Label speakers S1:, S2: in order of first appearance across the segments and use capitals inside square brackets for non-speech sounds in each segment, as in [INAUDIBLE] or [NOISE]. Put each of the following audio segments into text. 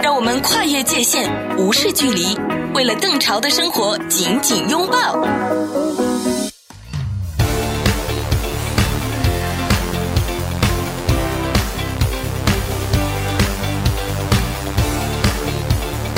S1: 让我们跨越界限，无视距离，为了更潮的生活，紧紧拥抱。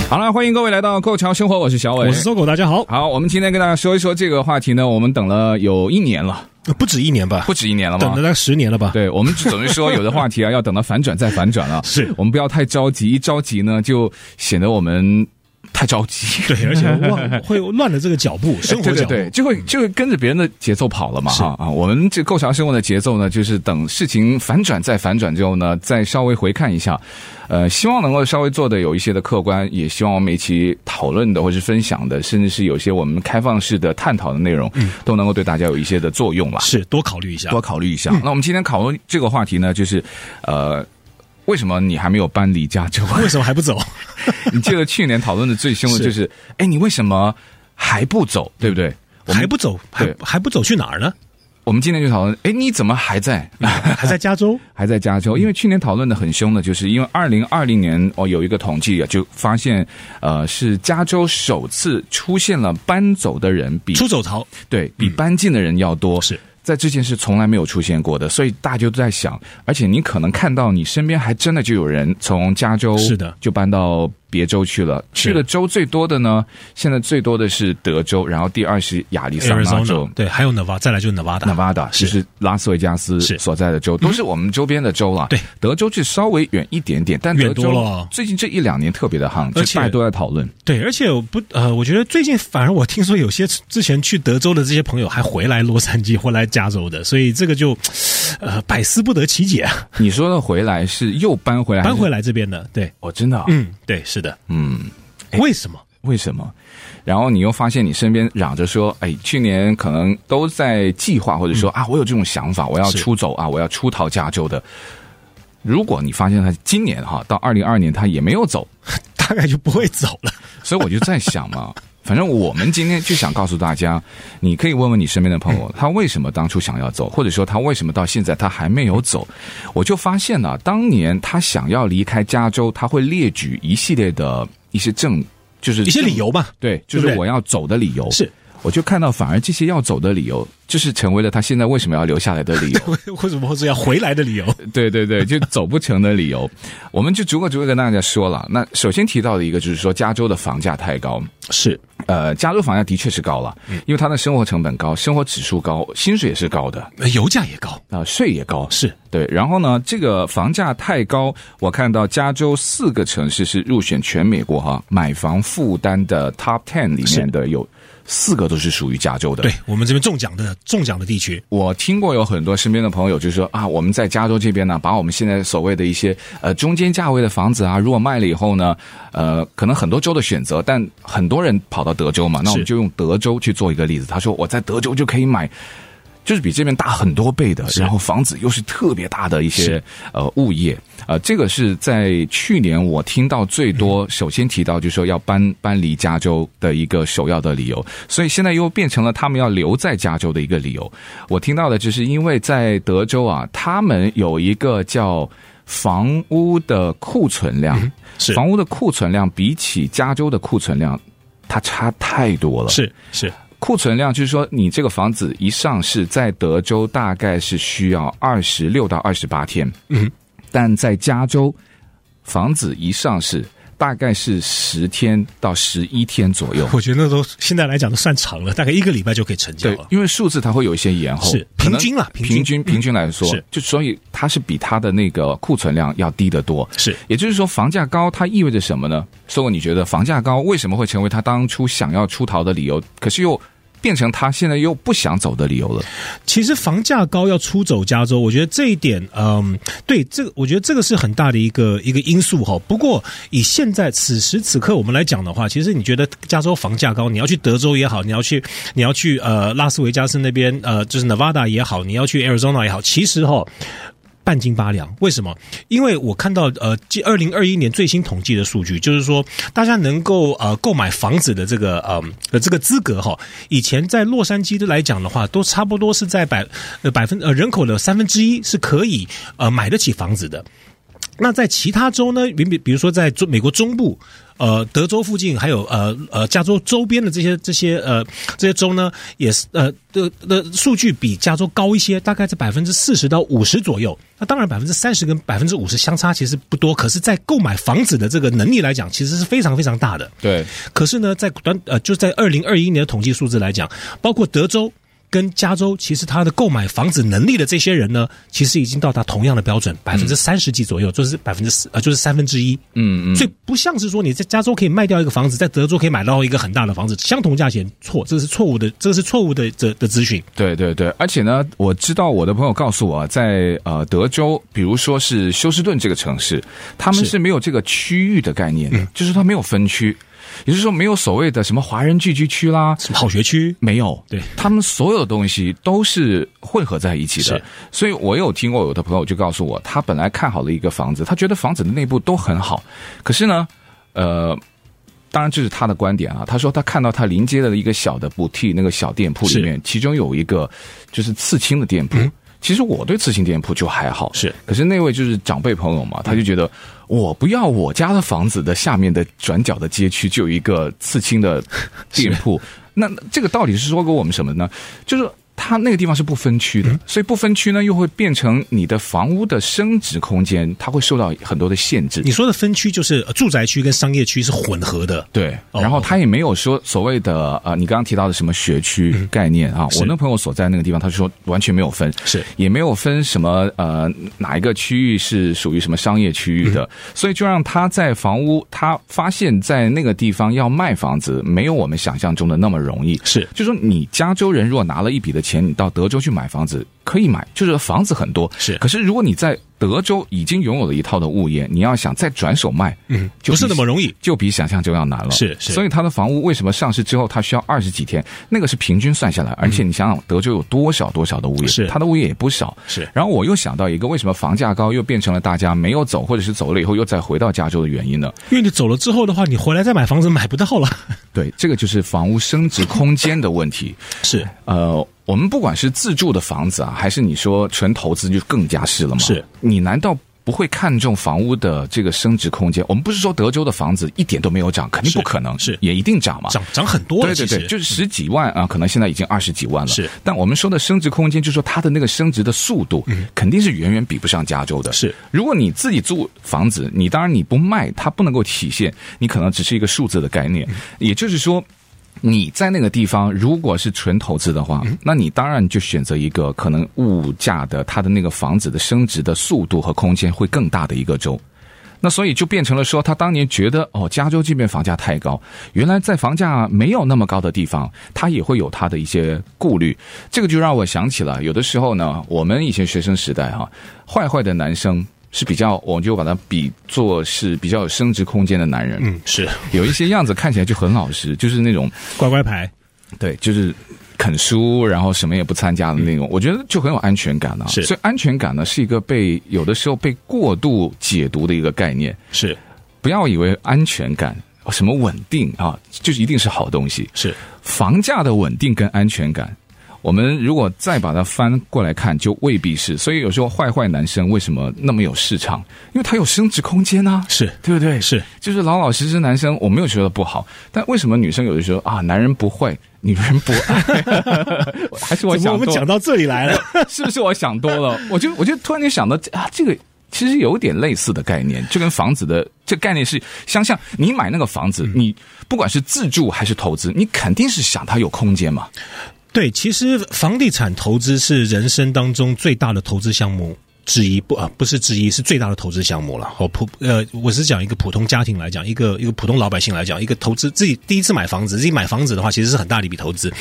S2: 好了，欢迎各位来到《购潮生活》，我是小伟
S3: 我是。搜狗，大家好。
S2: 好，我们今天跟大家说一说这个话题呢，我们等了有一年了，
S3: 不止一年吧
S2: 不，止一年了
S3: 等
S2: 吗
S3: 了？大概十年了吧？
S2: 对，我们只等于说有的话题啊，要等到反转再反转了。
S3: [LAUGHS] 是
S2: 我们不要太着急，一着急呢，就显得我们太着急。
S3: 对，哎而且忘 [LAUGHS] 会乱了这个脚步，生活
S2: 哎对对
S3: 脚步。
S2: 对，就会就会跟着别人的节奏跑了嘛哈啊！我们这构潮生活的节奏呢，就是等事情反转再反转之后呢，再稍微回看一下，呃，希望能够稍微做的有一些的客观，也希望我们一起讨论的或是分享的，甚至是有些我们开放式的探讨的内容，都能够对大家有一些的作用吧。
S3: 是多考虑一下
S2: 嗯多。考虑一下。那我们今天讨论这个话题呢，就是，呃，为什么你还没有搬离 [LAUGHS] 加州？
S3: 为什么还不走？
S2: 你记得去年讨论的最凶的就是，哎，你为什么还不走？对不对？我们
S3: 还不走？还
S2: 对
S3: 还不走去哪
S2: [LAUGHS]
S3: 儿呢？
S2: 我们今天就讨论，哎，你怎么还在？ [LAUGHS]
S3: 还在加州？
S2: 还在加
S3: 嗯
S2: 州，因为去年讨论的很凶的，就是因为二零二零年哦，有一个统计啊，就发现，呃，是加州首次出现了搬走的人比
S3: 出走潮？
S2: 对比搬进的人要多，
S3: 是
S2: 在之前是从来没有出现过的，所以大家就在想，而且你可能看到你身边还真的就有人从加州
S3: 是的
S2: 就搬到别州去了，
S3: 是
S2: 去的州最多的呢，现在最多的是德州，然后第二是亚利桑那州
S3: Arizona，。对，还有 Nevada，再来就是 Nevada。
S2: Nevada 就是拉斯维加斯
S3: 是嗯
S2: 所在的州，都是我们周边的州了。
S3: 对，
S2: 德州就稍微远一点点，但德
S3: 远多
S2: 州
S3: 了
S2: 最近这一两年特别的夯，就
S3: 而且
S2: 大家都在讨论。
S3: 对，而且我不呃，我觉得最近反而我听说有些之前去德州的这些朋友还回来洛杉矶，回来加州的，所以这个就呃百思不得其解啊。
S2: 你说的回来是又搬回来，
S3: 搬回
S2: 来，
S3: 来这边的，对，
S2: 哦，真的啊，
S3: 嗯，对，是的，
S2: 嗯。
S3: 为什么？
S2: 为什么？然后你又发现你身边嚷着说，哎，去年可能都在计划，或者说、啊，我有这种想法，我要
S3: 嗯是
S2: 出走啊，我要出逃加州的。如果你发现他今年哈到二零二年他也没有走，
S3: 大概就不会走了。
S2: 所以我就在想嘛， [LAUGHS] 反正我们今天就想告诉大家，你可以问问你身边的朋友，他为什么当初想要走，或者说他为什么到现在他还没有走。我就发现了、当年他想要离开加州，他会列举一系列的一些证，就是
S3: 一些理
S2: 由。
S3: 由吧，
S2: 对，就是
S3: 对不对
S2: 我要走的理由。
S3: 是，
S2: 我就看到反而这些要走的理由，就是成为了他现在为什么要留下来的理
S3: [LAUGHS]
S2: 由。
S3: [LAUGHS] 为什么会是要回来的理由？
S2: 对对对，就走不成的理由，我们就逐个逐个跟大家说了。那首先提到的一个就是说，加州的房价太高。
S3: [LAUGHS] 是
S2: 呃，加州房价的确是高了，因为它的生活成本高，生活指数高，薪水也是高的，啊、
S3: 呃油价也高，
S2: 税也高，
S3: 是
S2: 对，然后呢，这个房价太高，我看到加州四个城市是入选全美国哈买房负担的 Top Ten 里面的有四个都是属于加州的。
S3: 对，我们这边中奖的中奖的地区，
S2: 我听过有很多身边的朋友就说啊，我们在加州这边呢，把我们现在所谓的一些呃中间价位的房子啊，如果卖了以后呢，呃，可能很多州的选择，但很多人跑到德州嘛，那我们
S3: 是
S2: 就用德州去做一个例子。他说我在德州就可以买就是比这边大很多倍的，然后房子又是特别大的一些
S3: 是
S2: 呃物业，呃，这个是在去年我听到最
S3: 嗯
S2: 多，首先提到就是说要搬搬离加州的一个首要的理由，所以现在又变成了他们要留在加州的一个理由。我听到的就是因为在德州啊，他们有一个叫房屋的库存量，
S3: 嗯是
S2: 房屋的库存量比起加州的库存量，它差太多了，
S3: 是是
S2: 库存量就是说，你这个房子一上市，在德州大概是需要二十六到二十八天，
S3: 嗯，
S2: 但在加州，房子一上市大概是十天到十一天左右。
S3: 我觉得那都现在来讲都算长了，大概一个礼拜就可以成交
S2: 对
S3: 了，。
S2: 因为数字它会有一些延后，
S3: 是
S2: 可能
S3: 平均啦平均嗯
S2: 平均平均来说
S3: 是，
S2: 就所以它是比它的那个库存量要低得多。
S3: 是
S2: 也就是说，房价高它意味着什么呢？所以你觉得房价高为什么会成为他当初想要出逃的理由？可是又变成他现在又不想走的理由了。
S3: 其实房价高要出走加州，我觉得这一点，嗯，对这个，我觉得这个是很大的一个一个因素哈。不过以现在此时此刻我们来讲的话，其实你觉得加州房价高，你要去德州也好，你要去你要去呃拉斯维加斯那边呃就是 Nevada 也好，你要去 Arizona 也好，其实哈。半斤八两，为什么？因为我看到呃，二零二一年最新统计的数据，就是说大家能够呃购买房子的这个呃的这个资格哈，以前在洛杉矶的来讲的话，都差不多是在百呃百分呃人口的三分之一是可以呃买得起房子的。那在其他州呢，比比比如说在中美国中部。呃，德州附近还有呃呃加州周边的这些这些呃这些州呢，也是呃的的数据比加州高一些，大概在百分之四十到五十左右。那当然百分之三十跟百分之五十相差其实不多，可是，在购买房子的这个能力来讲，其实是非常非常大的。
S2: 对，
S3: 可是呢，在短呃就在二零二一年的统计数字来讲，包括德州。跟加州其实他的购买房子能力的这些人呢，其实已经到达同样的标准，百分之三十几左右，就是百分之四呃，就是三分之一。
S2: 嗯嗯，
S3: 所以不像是说你在加州可以卖掉一个房子，在德州可以买到一个很大的房子，相同价钱，错，这是错误的，这是错误的这的资讯。
S2: 对对对，而且呢，我知道我的朋友告诉我，在呃德州，比如说是休斯顿这个城市，他们
S3: 是嗯
S2: 是没有这个区域的概念的，就是它没有分区，也就是说没有所谓的什么华人聚居区啦，
S3: 什么好学区，
S2: 没有，
S3: 对
S2: 他们所有的东西都是混合在一起的
S3: 是。
S2: 所以我有听过有的朋友就告诉我，他本来看好了一个房子，他觉得房子的内部都很好，可是呢，呃。当然，这是他的观点啊。他说他看到他临街的一个小的 boutique 那个小店铺里面，其中有一个就是刺青的店铺。其实我对刺青店铺就还好，
S3: 嗯是
S2: 可是那位就是长辈朋友嘛，他就觉得我不要我家的房子的下面的转角的街区就有一个刺青的店铺。那这个道理是说给我们什么呢？就是它那个地方是不分区的，所以不分区呢又会变成你的房屋的升值空间，它会受到很多的限制
S3: 你。说的分区就是呃住宅区跟商业区是混合的，
S2: 对，
S3: 哦
S2: 然后他也没有说所谓的呃，你刚刚提到的什么学区概念啊，
S3: 嗯是
S2: 我那朋友所在那个地方，他说完全没有分，
S3: 是
S2: 也没有分什么呃哪一个区域是属于什么商业区域的，
S3: 嗯
S2: 所以就让他在房屋，他发现在那个地方要卖房子，没有我们想象中的那么容易。
S3: 是
S2: 就说你加州人如果拿了一笔的钱，你到德州去买房子可以买，就是房子很多。
S3: 是
S2: 可是如果你在德州已经拥有了一套的物业，你要想再转手卖，嗯，就
S3: 不是
S2: 比
S3: 那么容易。
S2: 就比想象中要难了。
S3: 是是
S2: 所以他的房屋为什么上市之后它需要二十几天？那个是平均算下来，而且你想想德州有多少多少的物业，
S3: 嗯是
S2: 它的物业也不少。
S3: 是
S2: 然后我又想到一个，为什么房价高又变成了大家没有走，或者是走了以后又再回到加州的原因呢？
S3: 因为你走了之后的话，你回来再买房子买不到了。
S2: 对，这个就是房屋升值空间的问题。
S3: 是
S2: 呃，我们不管是自住的房子啊，还是你说纯投资，就更加是了嘛。
S3: 是，
S2: 你难道不会看重房屋的这个升值空间？我们不是说德州的房子一点都没有涨，肯定不
S3: 是
S2: 可能，
S3: 是
S2: 也一定涨嘛。
S3: 涨涨很多了，
S2: 对对
S3: 其
S2: 对，
S3: 实嗯
S2: 就是十几万啊，可能现在已经二十几万了。
S3: 是，
S2: 但我们说的升值空间，就是说它的那个升值的速度，肯定是远远比不上加州的。
S3: 嗯是，
S2: 如果你自己住房子，你当然你不卖，它不能够体现，你可能只是一个数字的概念。
S3: 嗯
S2: 也就是说。你在那个地方，如果是纯投资的话，
S3: 嗯
S2: 那你当然就选择一个可能物价的它的那个房子的升值的速度和空间会更大的一个州。那所以就变成了说，他当年觉得哦，加州这边房价太高，原来在房价没有那么高的地方，他也会有他的一些顾虑。这个就让我想起了，有的时候呢，我们以前学生时代哈、坏坏的男生是比较，我就把它比作是比较有升值空间的男人。
S3: 嗯是
S2: 有一些样子看起来就很老实，就是那
S3: [LAUGHS]
S2: 种
S3: 乖乖牌。
S2: 对，就是啃书，然后什么也不参加的那种，我觉得就很有安全感啊。
S3: 嗯是
S2: 所以安全感呢是一个被有的时候被过度解读的一个概念。
S3: 是
S2: 不要以为安全感、什么稳定啊，就是一定是好东西。
S3: 是
S2: 房价的稳定跟安全感，我们如果再把它翻过来看，就未必是。所以有时候坏坏男生为什么那么有市场？因为他有升值空间啊，
S3: 是
S2: 对不对？
S3: 是，
S2: 就是老老实实男生，我没有觉得不好，但为什么女生有的时候啊，男人不坏，女人不爱？ [LAUGHS] 还是我
S3: 怎么我
S2: 想
S3: 们
S2: 多
S3: 讲
S2: 了，
S3: 到这里来了？
S2: 是不是我想多了？ [LAUGHS] 我就我就突然间想到啊，这个。其实有点类似的概念，就跟房子的这概念是相像。你买那个房子，你不管是自住还是投资，你肯定是想它有空间嘛。
S3: 对，其实房地产投资是人生当中最大的投资项目。之一，不啊不是之一，是最大的投资项目了。哦普呃，我是讲一个普通家庭来讲，一个一个普通老百姓来讲，一个投资自己第一次买房子，自己买房子的话，其实是很大的一笔投资。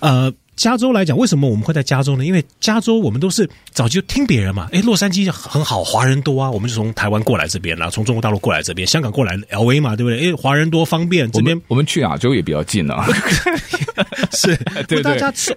S3: 呃，加州来讲，为什么我们会在加州呢？因为加州我们都是早就听别人嘛，诶，洛杉矶很好，华人多啊，我们就从台湾过来这边啦，从中国大陆过来这边，香港过来 L A 嘛，对不对？诶，华人多方便，
S2: 我
S3: 这边
S2: 们我们去亚洲也比较近 [LAUGHS] 啊， [LAUGHS]
S3: 是，
S2: 哎对对
S3: 不大家 [LAUGHS] 手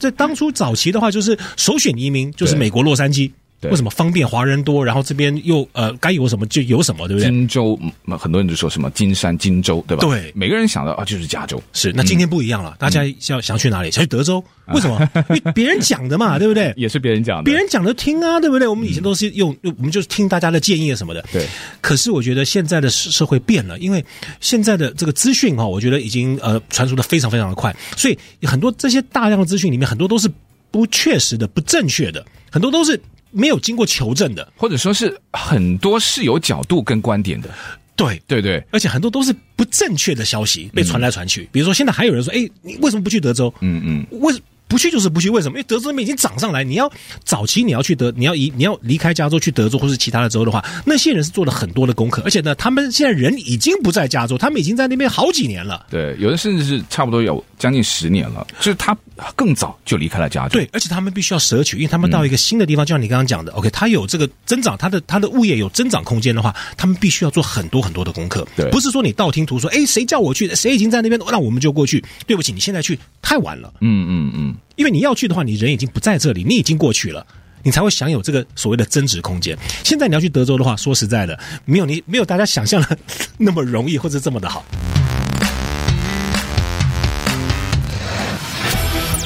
S3: 这当初早期的话，就是首选移民就是
S2: 对
S3: 美国洛杉矶。
S2: 对
S3: 为什么方便华人多，然后这边又呃该有什么就有什么，对不对？
S2: 金州，嗯很多人就说什么金山、金州，对吧？
S3: 对
S2: 每个人想到啊就是嗯啊加州，
S3: 是，那今天不一样了，大家想想去哪里？想去德州？为什么？因为别人讲
S2: [LAUGHS]
S3: 的嘛，对不对？
S2: 也是别人讲的，
S3: 别人讲的听啊，对不对？我们以前都是用，我们就是听大家的建议啊什么的。
S2: 对。
S3: 可是我觉得现在的社社会变了，因为现在的这个资讯哈、我觉得已经呃传输的非常非常的快，所以很多这些大量的资讯里面，很多都是不确实的、不正确的，很多都是没有经过求证的。
S2: 或者说是很多是有角度跟观点的，
S3: 对。
S2: 对对。
S3: 而且很多都是不正确的消息被传来传去，比如说现在还有人说，哎，你为什么不去德州？
S2: 嗯嗯，
S3: 为不去就是不去，为什么？因为德州那边已经涨上来，你要早期你要去德，你要移你要离开加州去德州或是其他的州的话，那些人是做了很多的功课，而且呢，他们现在人已经不在加州，他们已经在那边好几年了。
S2: 对，有的甚至是差不多有将近十年了，就是他更早就离开了加州。
S3: 对，而且他们必须要舍取，因为他们到
S2: 嗯
S3: 一个新的地方，就像你刚刚讲的，OK，他有这个增长，他的他的物业有增长空间的话，他们必须要做很多很多的功课。
S2: 对
S3: 不是说你道听途说，哎，谁叫我去，谁已经在那边，那我们就过去。对不起，你现在去太晚了。
S2: 嗯嗯嗯，
S3: 因为你要去的话，你人已经不在这里，你已经过去了。你才会享有这个所谓的增值空间。现在你要去德州的话，说实在的，没有你没有大家想象的 [LAUGHS] 那么容易，或者这么的好。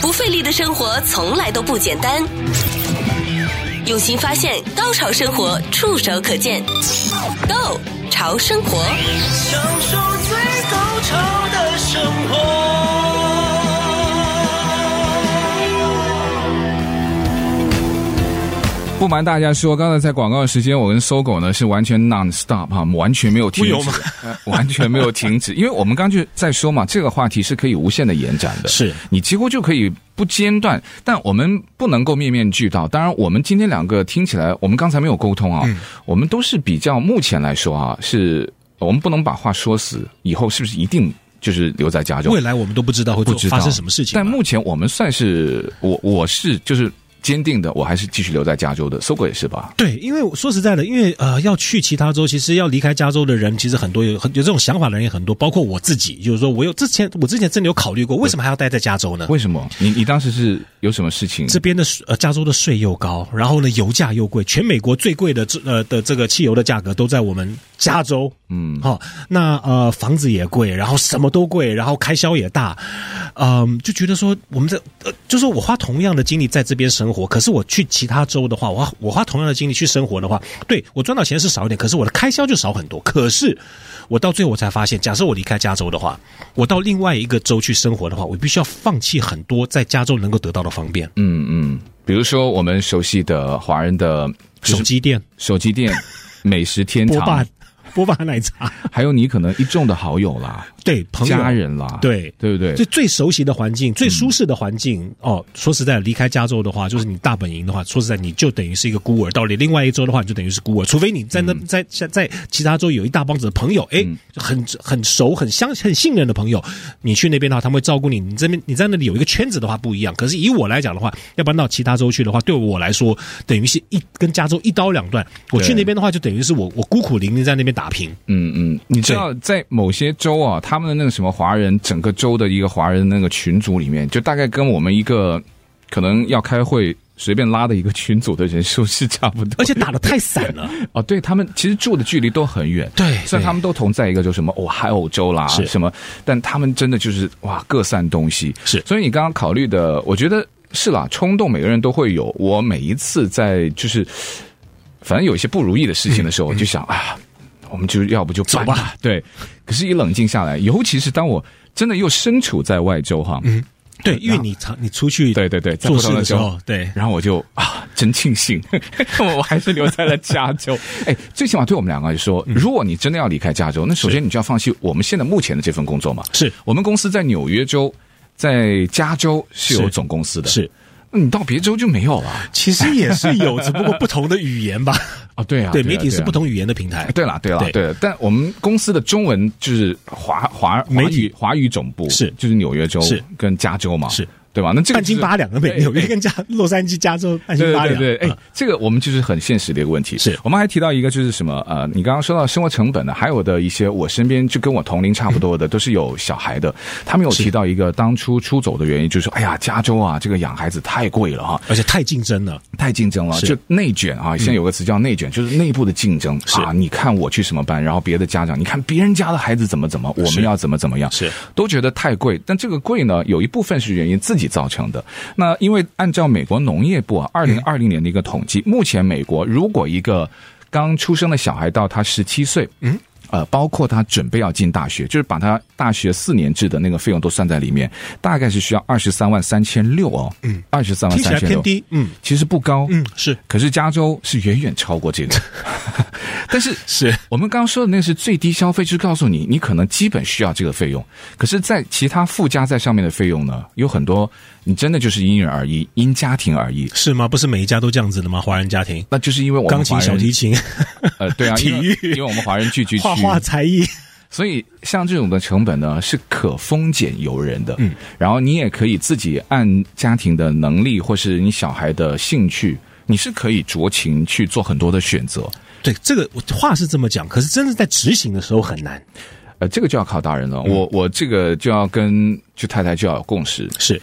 S1: 不费力的生活从来都不简单。用心发现，高潮生活触手可见 Go 潮生活，
S4: 享受最高潮的生活。
S2: 不瞒大家说，刚才在广告时间，我跟搜狗呢是完全 non stop 哈、完全没有停
S3: 不油
S2: 止
S3: 吗，
S2: [LAUGHS] 完全没有停止，因为我们刚就在说嘛，这个话题是可以无限的延展的，
S3: 是
S2: 你几乎就可以不间断，但我们不能够面面俱到。当然，我们今天两个听起来，我们刚才没有沟通啊，
S3: 嗯
S2: 我们都是比较目前来说啊，是我们不能把话说死，以后是不是一定就是留在加州？
S3: 未来我们都不知道会
S2: 不
S3: 做
S2: 知道
S3: 发生什么事情嘛。
S2: 但目前我们算是我我是就是坚定的，我还是继续留在加州的。搜狗也是吧？
S3: 对，因为我说实在的，因为呃，要去其他州，其实要离开加州的人，其实很多有很有这种想法的人也很多，包括我自己，就是说我有之前我之前真的有考虑过，为什么还要待在加州呢？
S2: 为什么？你你当时是有什么事情？
S3: 这边的税呃，加州的税又高，然后呢，油价又贵，全美国最贵的这呃的这个汽油的价格都在我们加州，嗯，好、那呃房子也贵，然后什么都贵，然后开销也大，嗯、就觉得说我们这呃，就是我花同样的精力在这边生活，可是我去其他州的话，我花我花同样的精力去生活的话，对我赚到钱是少一点，可是我的开销就少很多，可是我到最后我才发现，假设我离开加州的话，我到另外一个州去生活的话，我必须要放弃很多在加州能够得到的方便。
S2: 嗯嗯，比如说我们熟悉的华人的就是
S3: 手机店、
S2: 手机
S3: [LAUGHS]
S2: 店、美食天
S3: 波霸
S2: 堂，、
S3: 波霸奶茶，
S2: 还有你可能一众的好友啦、
S3: 对朋友
S2: 家人啦，
S3: 对
S2: 对不对？
S3: 最最熟悉的环境、最舒适的环境。哦，说实在，离开加州的话，就是你大本营的话，说实在，你就等于是一个孤儿。到了另外一州的话，你就等于是孤儿，除非你在那、
S2: 嗯
S3: 在在在其他州有一大帮子的朋友，哎，很很熟、很相很信任的朋友，你去那边的话，他们会照顾你。你这边你在那里有一个圈子的话不一样。可是以我来讲的话，要搬到其他州去的话，对我来说，等于是一跟加州一刀两断。我去
S2: 对
S3: 那边的话，就等于是我我孤苦伶仃在那边打拼。
S2: 嗯嗯，你知道在某些州啊，他们的那个什么华人，整个州的一个华人那个群组里面，就大概跟我们一个可能要开会随便拉的一个群组的人数是差不多。
S3: 而且打的太散了。
S2: 哦，对他们其实住的距离都很远，
S3: 对
S2: 虽然
S3: 对
S2: 他们都同在一个就什么哦海欧州啦，
S3: 是
S2: 什么，但他们真的就是哇各散东西，
S3: 是
S2: 所以你刚刚考虑的，我觉得是啦，冲动每个人都会有。我每一次在就是，反正有一些不如意的事情的时候，我就想啊，我们就要不就办
S3: 嗯走吧，
S2: 对。可是，一冷静下来，尤其是当我真的又身处在外州哈，嗯，
S3: 对，因为你常你出去
S2: 对对对，在
S3: 做
S2: 不
S3: 事
S2: 同
S3: 的时
S2: 州
S3: 候，对
S2: 然后我就啊，真庆幸， [LAUGHS] 我还是留在了加州。哎，最起码对我们两个来说，
S3: 嗯
S2: 如果你真的要离开加州，那首先你就要放弃我们现在目前的这份工作嘛。
S3: 是
S2: 我们公司在纽约州、在加州是有
S3: 是
S2: 总公司的，
S3: 是
S2: 你到别州就没有啊？
S3: 其实也是有，只不过不同的语言吧。
S2: 啊，对啊，
S3: [LAUGHS] 哦对，
S2: 啊
S3: 媒体是
S2: 对啊
S3: 不同语言的平台。
S2: 对啦，对啦，
S3: 对
S2: 对了，但我们公司的中文就是华华华
S3: 媒
S2: 语华语总部
S3: 是
S2: 就是纽约州
S3: 是
S2: 跟加州嘛，
S3: 是
S2: 对吧？那这个
S3: 半
S2: 就是
S3: 斤八两的美，
S2: 对 [LAUGHS]
S3: 纽约跟加洛杉矶、加州半斤
S2: 对
S3: 八
S2: 对
S3: 两。
S2: 对，哎
S3: 嗯，
S2: 这个我们就是很现实的一个问题。
S3: 是
S2: 我们还提到一个就是什么呃，你刚刚说到生活成本的，还有的一些我身边就跟我同龄差不多的，都是有小孩的，他们有提到一个当初出走的原因，就是说哎呀，加州啊，这个养孩子太贵了哈，
S3: 而且太竞争了。
S2: 太竞争了，
S3: 是嗯
S2: 就内卷啊！现在有个词叫内卷，就是内部的竞争
S3: 是
S2: 啊。你看我去什么班，然后别的家长，你看别人家的孩子怎么怎么，我
S3: 是
S2: 们要怎么怎么样，
S3: 是
S2: 都觉得太贵。但这个贵呢，有一部分是原因自己造成的。那因为按照美国农业部啊，
S3: 嗯
S2: 二零二零年的一个统计，目前美国如果一个刚出生的小孩到他十七岁，嗯。呃，包括他准备要进大学，就是把他大学四年制的那个费用都算在里面，大概是需要二十三万三千六哦，嗯，二十三万
S3: 听起
S2: 三
S3: 来
S2: 千
S3: 偏
S2: 六，
S3: 低，嗯
S2: 其实不高，
S3: 嗯，是
S2: 可是加州是远远超过这个， [LAUGHS] 但是
S3: 是
S2: 我们刚刚说的那是最低消费，就是告诉你你可能基本需要这个费用。可是，在其他附加在上面的费用呢，有很多你真的就是因人而异，因家庭而异。
S3: 是吗？不是每一家都这样子的吗？华人家庭，
S2: 那就是因为我们
S3: 钢琴、
S2: 华人
S3: 小提，琴、
S2: 呃，对
S3: [LAUGHS]
S2: 啊，因为
S3: 体育
S2: 因为我们华人聚居区，
S3: 画画才艺，
S2: 所以像这种的成本呢，是可丰俭由人的。嗯，然后你也可以自己按家庭的能力或是你小孩的兴趣，你是可以酌情去做很多的选择。
S3: 对这个我话是这么讲，可是真的在执行的时候很难。
S2: 呃，这个就要靠大人了。我我这个就要跟就太太就要有共识。
S3: 是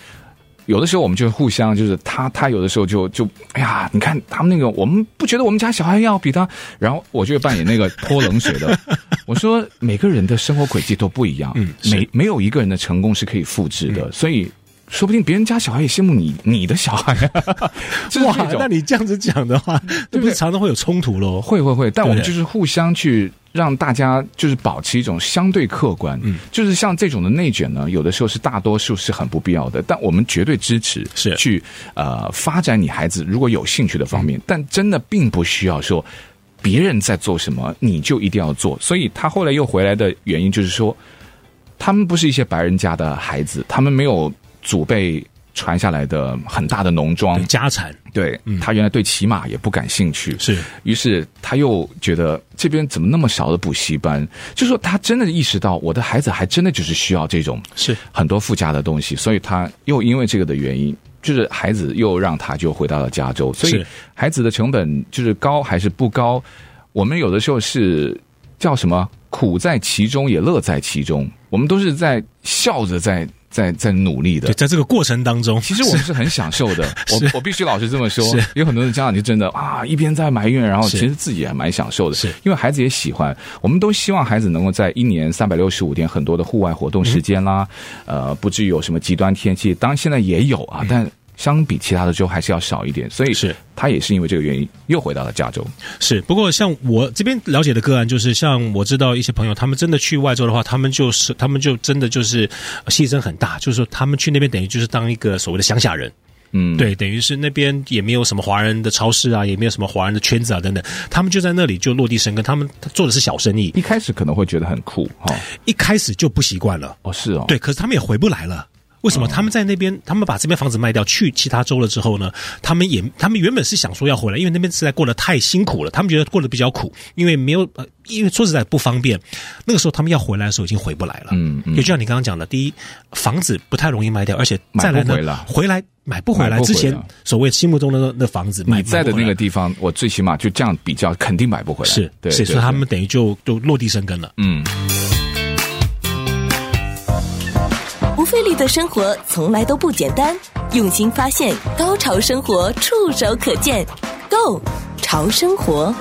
S2: 有的时候我们就互相就是他他有的时候就就哎呀，你看他们那个，我们不觉得我们家小孩要比他，然后我就扮演那个泼冷水的。 [LAUGHS] 我说每个人的生活轨迹都不一样，
S3: 嗯是嗯
S2: 没没有一个人的成功是可以复制的，所以。说不定别人家小孩也羡慕你，你的小孩、啊， [LAUGHS] 就是
S3: 哇
S2: 这，种
S3: 那你这样子讲的话，那
S2: 对
S3: 不是常常会有冲突喽？
S2: 会会会，但我们
S3: 对
S2: 就是互相去让大家就是保持一种相对客观。嗯，就是像这种的内卷呢，有的时候是大多数是很不必要的，但我们绝对支持
S3: 是
S2: 去呃发展你孩子如果有兴趣的方
S3: 嗯
S2: 面，但真的并不需要说别人在做什么你就一定要做。所以他后来又回来的原因就是说，他们不是一些白人家的孩子，他们没有祖辈。传下来的很大的农庄
S3: 对，嗯家产
S2: 对他原来对骑马也不感兴趣，
S3: 是
S2: 于是他又觉得这边怎么那么少的补习班？就说他真的意识到我的孩子还真的就是需要这种
S3: 是
S2: 很多附加的东西，所以他又因为这个的原因，就是孩子又让他就回到了加州，所以
S3: 是
S2: 孩子的成本就是高还是不高，我们有的时候是叫什么苦在其中也乐在其中，我们都是在笑着在在在努力的
S3: 对，。在这个过程当中，
S2: 其实我们是很享受
S3: [LAUGHS]
S2: 的，我我必须老实这么说，有很多的家长就真的啊，一边在埋怨，然后
S3: 是
S2: 其实自己也蛮享受的，
S3: 是
S2: 因为孩子也喜欢，我们都希望孩子能够在一年三百六十五天很多的户外活动时间啦，
S3: 嗯
S2: 呃，不至于有什么极端天气，当然现在也有啊，但相比其他的州还是要少一点，所以
S3: 是
S2: 他也是因为这个原因又回到了加州，
S3: 是，不过像我这边了解的个案，就是像我知道一些朋友，他们真的去外州的话，他们就是他们就真的就是呃牺牲很大，就是说他们去那边等于就是当一个所谓的乡下人。
S2: 嗯，
S3: 对，等于是那边也没有什么华人的超市啊，也没有什么华人的圈子啊，等等，他们就在那里就落地生根，他们做的是小生意，
S2: 一开始可能会觉得很酷哈，
S3: 一开始就不习惯了，
S2: 哦是哦，
S3: 对，可是他们也回不来了。为
S2: 哦
S3: 什么他们在那边？他们把这边房子卖掉，去其他州了之后呢？他们也，他们原本是想说要回来，因为那边实在过得太辛苦了，他们觉得过得比较苦，因为没有，呃、因为说实在不方便。那个时候他们要回来的时候已经回不来了。
S2: 嗯嗯
S3: 就像你刚刚讲的，第一，房子不太容易卖掉，而且再来
S2: 买不
S3: 呢，
S2: 回来
S3: 回来买不回
S2: 买
S3: 来
S2: 不
S3: 之
S2: 回
S3: 前
S2: 来，
S3: 所谓心目中的那那房子，买
S2: 你在的那个。
S3: 买不回来
S2: 地方，我最起码就这样比较，肯定买不回来，
S3: 是，
S2: 对，
S3: 是，
S2: 对
S3: 所以他
S2: 对
S3: 们等于就就落地生根了。
S2: 嗯。
S1: 不费力的生活从来都不简单，用心发现，高潮生活触手可见 g o 潮生活。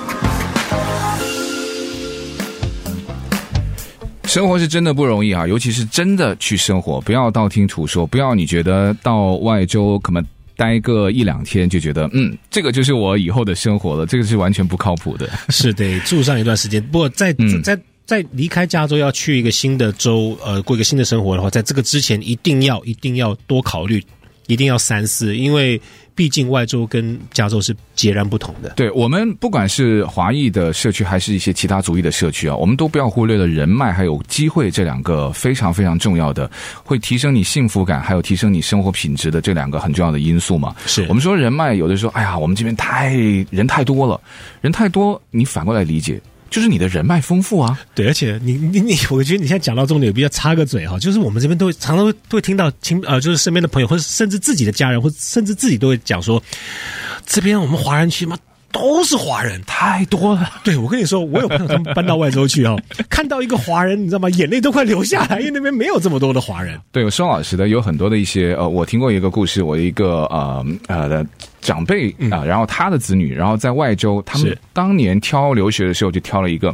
S2: 生活是真的不容易啊，尤其是真的去生活，不要道听途说，不要你觉得到外州可能待个一两天就觉得，嗯，这个就是我以后的生活了，这个是完全不靠谱的。
S3: [LAUGHS] 是得住上一段时间。不过在、
S2: 嗯
S3: 在在离开加州要去一个新的州，呃，过一个新的生活的话，在这个之前一定要一定要多考虑一定要三思，因为毕竟外州跟加州是截然不同的。
S2: 对我们不管是华裔的社区，还是一些其他族裔的社区啊，我们都不要忽略了人脉还有机会这两个非常非常重要的，会提升你幸福感，还有提升你生活品质的这两个很重要的因素嘛。
S3: 是
S2: 我们说人脉，有的时候，哎呀，我们这边太人太多了，人太多，你反过来理解，就是你的人脉丰富啊。
S3: 对，而且你你你，我觉得你现在讲到重点，我必须要插个嘴哈，就是我们这边都会常常会都会听到亲呃，就是身边的朋友，或者甚至自己的家人，或者甚至自己都会讲说，这边我们华人区嘛都是华人。
S2: 太多了，
S3: 对，我跟你说，我有朋友他们搬到外州去 [LAUGHS] 哦，看到一个华人，你知道吗？眼泪都快流下来，因为那边没有这么多的华人。
S2: 对，我说老实的，有很多的一些呃，我听过一个故事，我一个呃呃长辈啊、然后他的子女，然后在外州，他们
S3: 嗯是
S2: 当年挑留学的时候就挑了一个，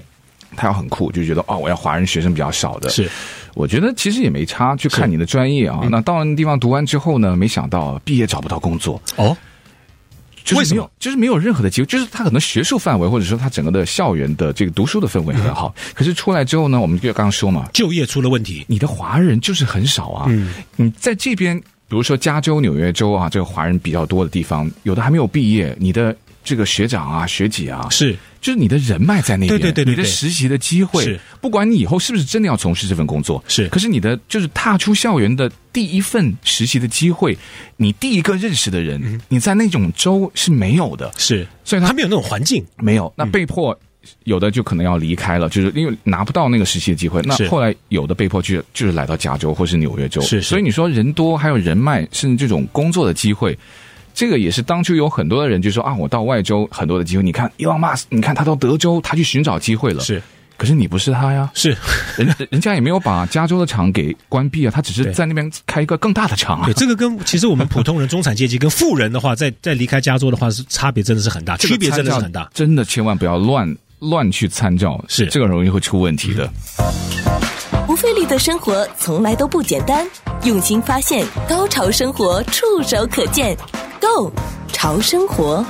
S2: 他要很酷，就觉得哦，我要华人学生比较少的，
S3: [LAUGHS] 是，嗯
S2: 我觉得其实也没差，就看你的专业啊。那到那地方读完之后呢，没想到毕业找不到工作，
S3: 哦，
S2: 就是
S3: 为什
S2: 没
S3: 么
S2: 有，就是没有任何的机会，就是他可能学术范围或者说他整个的校园的这个读书的氛围很好，
S3: 嗯
S2: 可是出来之后呢，我们就刚刚说嘛，
S3: 就业出了问题。
S2: 你的华人就是很少啊。
S3: 嗯
S2: 你在这边，比如说加州、纽约州啊，这个华人比较多的地方，有的还没有毕业，你的这个学长啊、学姐啊，
S3: 是
S2: 就是你的人脉在那边，
S3: 对对对对
S2: 你的
S3: 对
S2: 实习的机会
S3: 是，
S2: 不管你以后是不是真的要从事这份工作，
S3: 是
S2: 可是你的就是踏出校园的第一份实习的机会，你第一个认识的人，你在那种州是没有的，
S3: 嗯是，
S2: 所以他
S3: 他没有那种嗯环境。
S2: 没有，那被迫有的就可能要离开了，就是因为拿不到那个实习的机会。那
S3: 是
S2: 后来有的被迫去就是来到加州或是纽约州，
S3: 是是
S2: 所以你说人多，还有人脉，甚至这种工作的机会。这个也是当初有很多的人就说啊，我到外州很多的机会。你看 Elon Musk，你看他到德州，他去寻找机会了。，可是你不是他呀，
S3: 是，
S2: 人人家也没有把加州的厂给关闭啊，他只是
S3: 对
S2: 在那边开一个更大的厂啊
S3: [LAUGHS] 对，。这个跟其实我们普通人、中产阶级跟富人的话，在在离开加州的话是差别真的是很大，
S2: 这个
S3: 区别真的是
S2: 参照
S3: 很大。
S2: 真的千万不要乱乱去参照，
S3: 是
S2: 这个容易会出问题的。
S1: 不费力的生活从来都不简单，用心发现，高潮生活触手可见 g o 潮生活。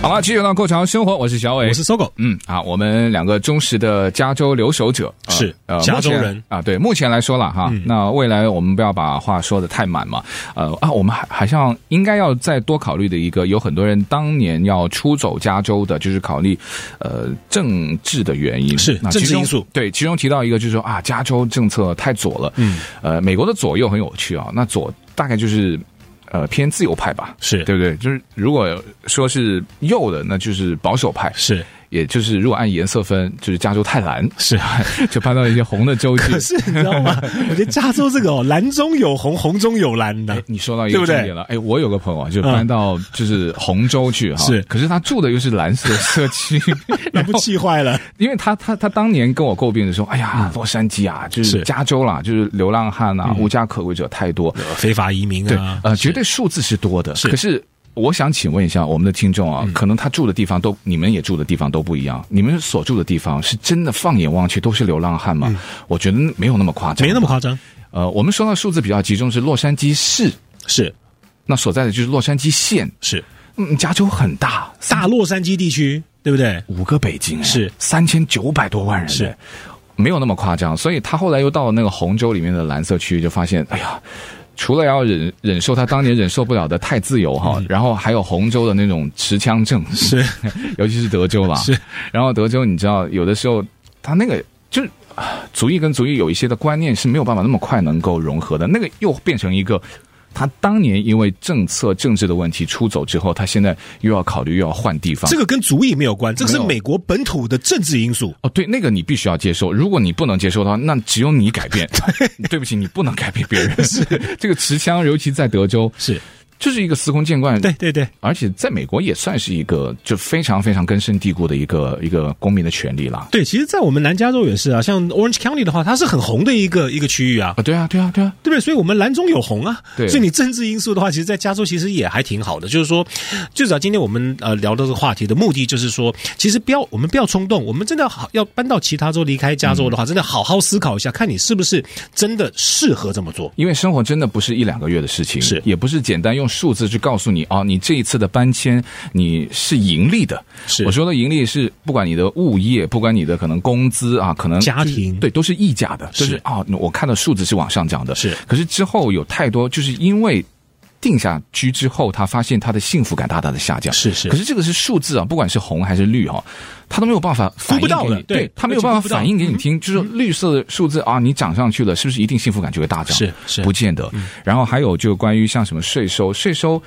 S2: 好了，继续到过潮生活，我是小伟，
S3: 我是搜狗，
S2: 嗯啊，我们两个忠实的加州留守者啊
S3: 是
S2: 呃
S3: 加州
S2: 目前
S3: 人嗯
S2: 啊，对，目前来说了哈，那未来我们不要把话说的太满嘛，呃啊，我们还好像应该要再多考虑的一个，有很多人当年要出走加州的，就是考虑呃政治的原因
S3: 是
S2: 那
S3: 政治
S2: 其中
S3: 因素
S2: 对，其中提到一个就是说啊，加州政策太左了，嗯，呃，美国的左右很有趣啊，那左大概就是。呃，偏自由派吧，
S3: 是
S2: 对不对？就是如果说是右的，那就是保守派，
S3: 是
S2: 也就是如果按颜色分，就是加州太蓝，
S3: 是。
S2: [LAUGHS] 就搬到一些红的州去
S3: 可。是你知道 [LAUGHS] 吗？我觉得加州这个哦，蓝中有红，红中有蓝的
S2: 哎，你说到一个
S3: 对不对嗯
S2: 重点了，哎，我有个朋友啊，就搬到就是红州去哈，
S3: 是
S2: 可是他住的又是蓝色社
S3: [LAUGHS]
S2: 区，
S3: 那不气坏了？
S2: 因为他他他当年跟我诟病的时候，哎呀，洛杉矶啊，就是
S3: 嗯是嗯
S2: 加州啦，就是流浪汉啊，无家可归者太多，
S3: 呃非法移民
S2: 对
S3: 啊，，
S2: 呃，绝对数字是多的，
S3: 是嗯
S2: 可是。我想请问一下我们的听众啊，可能他住的地方都，你们也住的地方都不一样。你们所住的地方是真的放眼望去都是流浪汉吗？我觉得没有那么夸张，
S3: 嗯没那么夸张。
S2: 呃，我们说到数字比较集中是洛杉矶市，
S3: 是
S2: 那所在的就是洛杉矶县。
S3: 是，
S2: 嗯，加州很大，
S3: 大洛杉矶地区对不对？
S2: 五个北京哎
S3: 是
S2: 三千九百多万人哎
S3: 是。
S2: 没有那么夸张，所以他后来又到了那个红州里面的蓝色区域，就发现，哎呀，除了要忍忍受他当年忍受不了的太自由哈，然后还有红州的那种持枪症，
S3: 嗯是
S2: [LAUGHS] 尤其是德州吧，
S3: 是。
S2: 然后德州，你知道，有的时候他那个就是啊族裔跟族裔有一些的观念是没有办法那么快能够融合的，那个又变成一个。他当年因为政策政治的问题出走之后，他现在又要考虑又要换地方。
S3: 这个跟族裔没有关，这个是
S2: 没有
S3: 美国本土的政治因素。
S2: 哦，对，那个你必须要接受。如果你不能接受的话，那只有你改变。对不起，你不能改变别人。是 [LAUGHS] 这个持枪，尤其在德州，
S3: 是
S2: 就是一个司空见惯。
S3: 对对对，
S2: 而且在美国也算是一个就非常非常根深蒂固的一个一个公民的权利啦。
S3: 对，其实，在我们南加州也是啊，像 Orange County 的话，它是很红的一个一个区域啊，
S2: 啊，对啊，对啊，对啊，
S3: 对不对？所以我们蓝中有红啊，
S2: 对
S3: 所以你政治因素的话，其实，在加州其实也还挺好的。就是说，最早今天我们呃聊到这个话题的目的，就是说，其实不要我们不要冲动，我们真的要好要搬到其他州离开加州的话，真的好好思考一下，看你是不是真的适合这么做。
S2: 因为生活真的不是一两个月的事情，
S3: 是
S2: 也不是简单用用数字去告诉你啊，你这一次的搬迁你是盈利的。
S3: 是
S2: 我说的盈利是不管你的物业，不管你的可能工资啊，可能
S3: 家
S2: 就是
S3: 庭
S2: 对都是溢价的，就是
S3: 是
S2: 啊，我看到数字是往上涨的。
S3: 是
S2: 可是之后有太多就是因为。定下居之后，他发现他的幸福感大大的下降。
S3: 是是
S2: 可是这个是数字啊，不管是红还是绿啊，他都没有办法反映
S3: 估不到
S2: 给你
S3: 的对
S2: 对他没有办
S3: 而且
S2: 法
S3: 估不到
S2: 反映给你听。就是
S3: 嗯
S2: 绿色的数字啊，你涨上去了，是不是一定幸福感就会大涨？
S3: 是是嗯
S2: 不见得。然后还有就关于像什么税收，税收。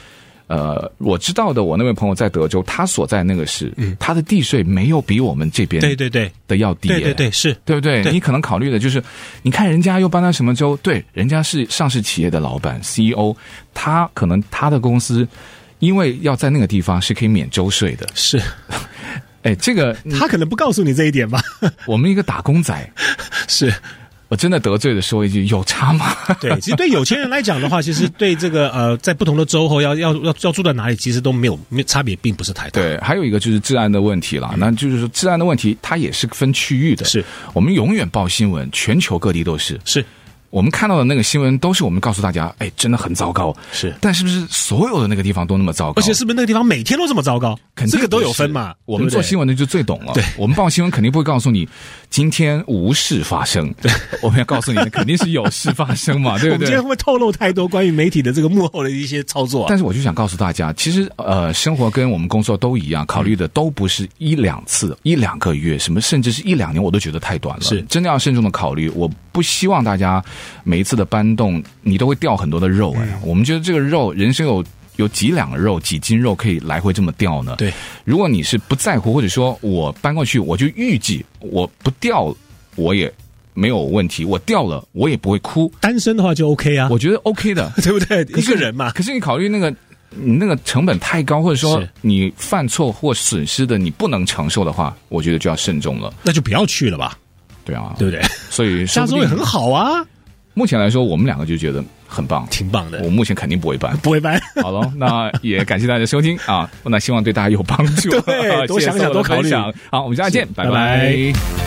S2: 呃，我知道的，我那位朋友在德州，他所在那个市，他的地税没有比我们这边
S3: 嗯对对对
S2: 的要低耶、
S3: 对对对，是
S2: 对不对？
S3: 对
S2: 你可能考虑的就是，你看人家又搬到什么州？对，人家是上市企业的老板 CEO，他可能他的公司，因为要在那个地方是可以免州税的。
S3: 是，
S2: 哎，这个
S3: 他可能不告诉你这一点吧？
S2: 我们一个打工仔，
S3: 是
S2: 我真的得罪的说一句，有差吗？
S3: 对，其实对有钱人来讲的话，其实对这个呃，在不同的州后要要要要住在哪里，其实都没有没有差别，并不是太大。
S2: 对，还有一个就是治安的问题啦。那就是说，治安的问题它也是分区域的。
S3: 嗯是，
S2: 我们永远报新闻，全球各地都是。
S3: 是
S2: 我们看到的那个新闻都是我们告诉大家，哎，真的很糟糕。
S3: 是
S2: 但是不是所有的那个地方都那么糟糕？
S3: 而且是不是那个地方每天都这么糟糕？
S2: 肯定
S3: 这个都
S2: 不
S3: 有
S2: 是
S3: 分嘛。
S2: 我们
S3: 对不
S2: 做
S3: 对
S2: 新闻的就最懂了。
S3: 对
S2: 我们报新闻肯定不会告诉你今天无事发生，我们要告诉你的肯定是有事发生
S3: [LAUGHS]
S2: 嘛，对
S3: 我
S2: 不
S3: 们今天
S2: 对
S3: 会？不会透露太多关于媒体的这个幕后的一些操作、啊？
S2: 但是我就想告诉大家，其实呃，生活跟我们工作都一样，考虑的都不是一两次、一两个月，什么甚至是一两年，我都觉得太短了。
S3: 嗯是
S2: 真的要慎重的考虑。我不希望大家每一次的搬动，你都会掉很多的肉哎。
S3: 嗯
S2: 我们觉得这个肉，人生有有几两肉、几斤肉可以来回这么掉呢？
S3: 对，
S2: 如果你是不在乎，或者说我搬过去，我就预计我不掉，我也没有问题，我掉了我也不会哭，
S3: 单身的话就 OK 啊，
S2: 我觉得 OK 的。
S3: [LAUGHS] 对不对？
S2: 可
S3: 一
S2: 是
S3: 个人嘛，
S2: 可是你考虑那个。你那个成本太高，或者说
S3: 是
S2: 你犯错或损失的你不能承受的话，我觉得就要慎重了，
S3: 那就不要去了吧，
S2: 对啊，
S3: 对不对？
S2: 所以说
S3: 加
S2: 不
S3: 州
S2: 定
S3: 也很。好啊，
S2: 目前来说，我们两个就觉得很棒，
S3: 挺棒的
S2: 我，目前肯定不会
S3: [LAUGHS]
S2: 搬。
S3: 不会搬。
S2: 好了，那也感谢大家收听啊，那希望对大家有帮助。
S3: 对多
S2: [LAUGHS] 谢谢
S3: 想想
S2: 所有的
S3: 多考虑
S2: 分享好，我们下次见，
S3: 拜拜
S2: 拜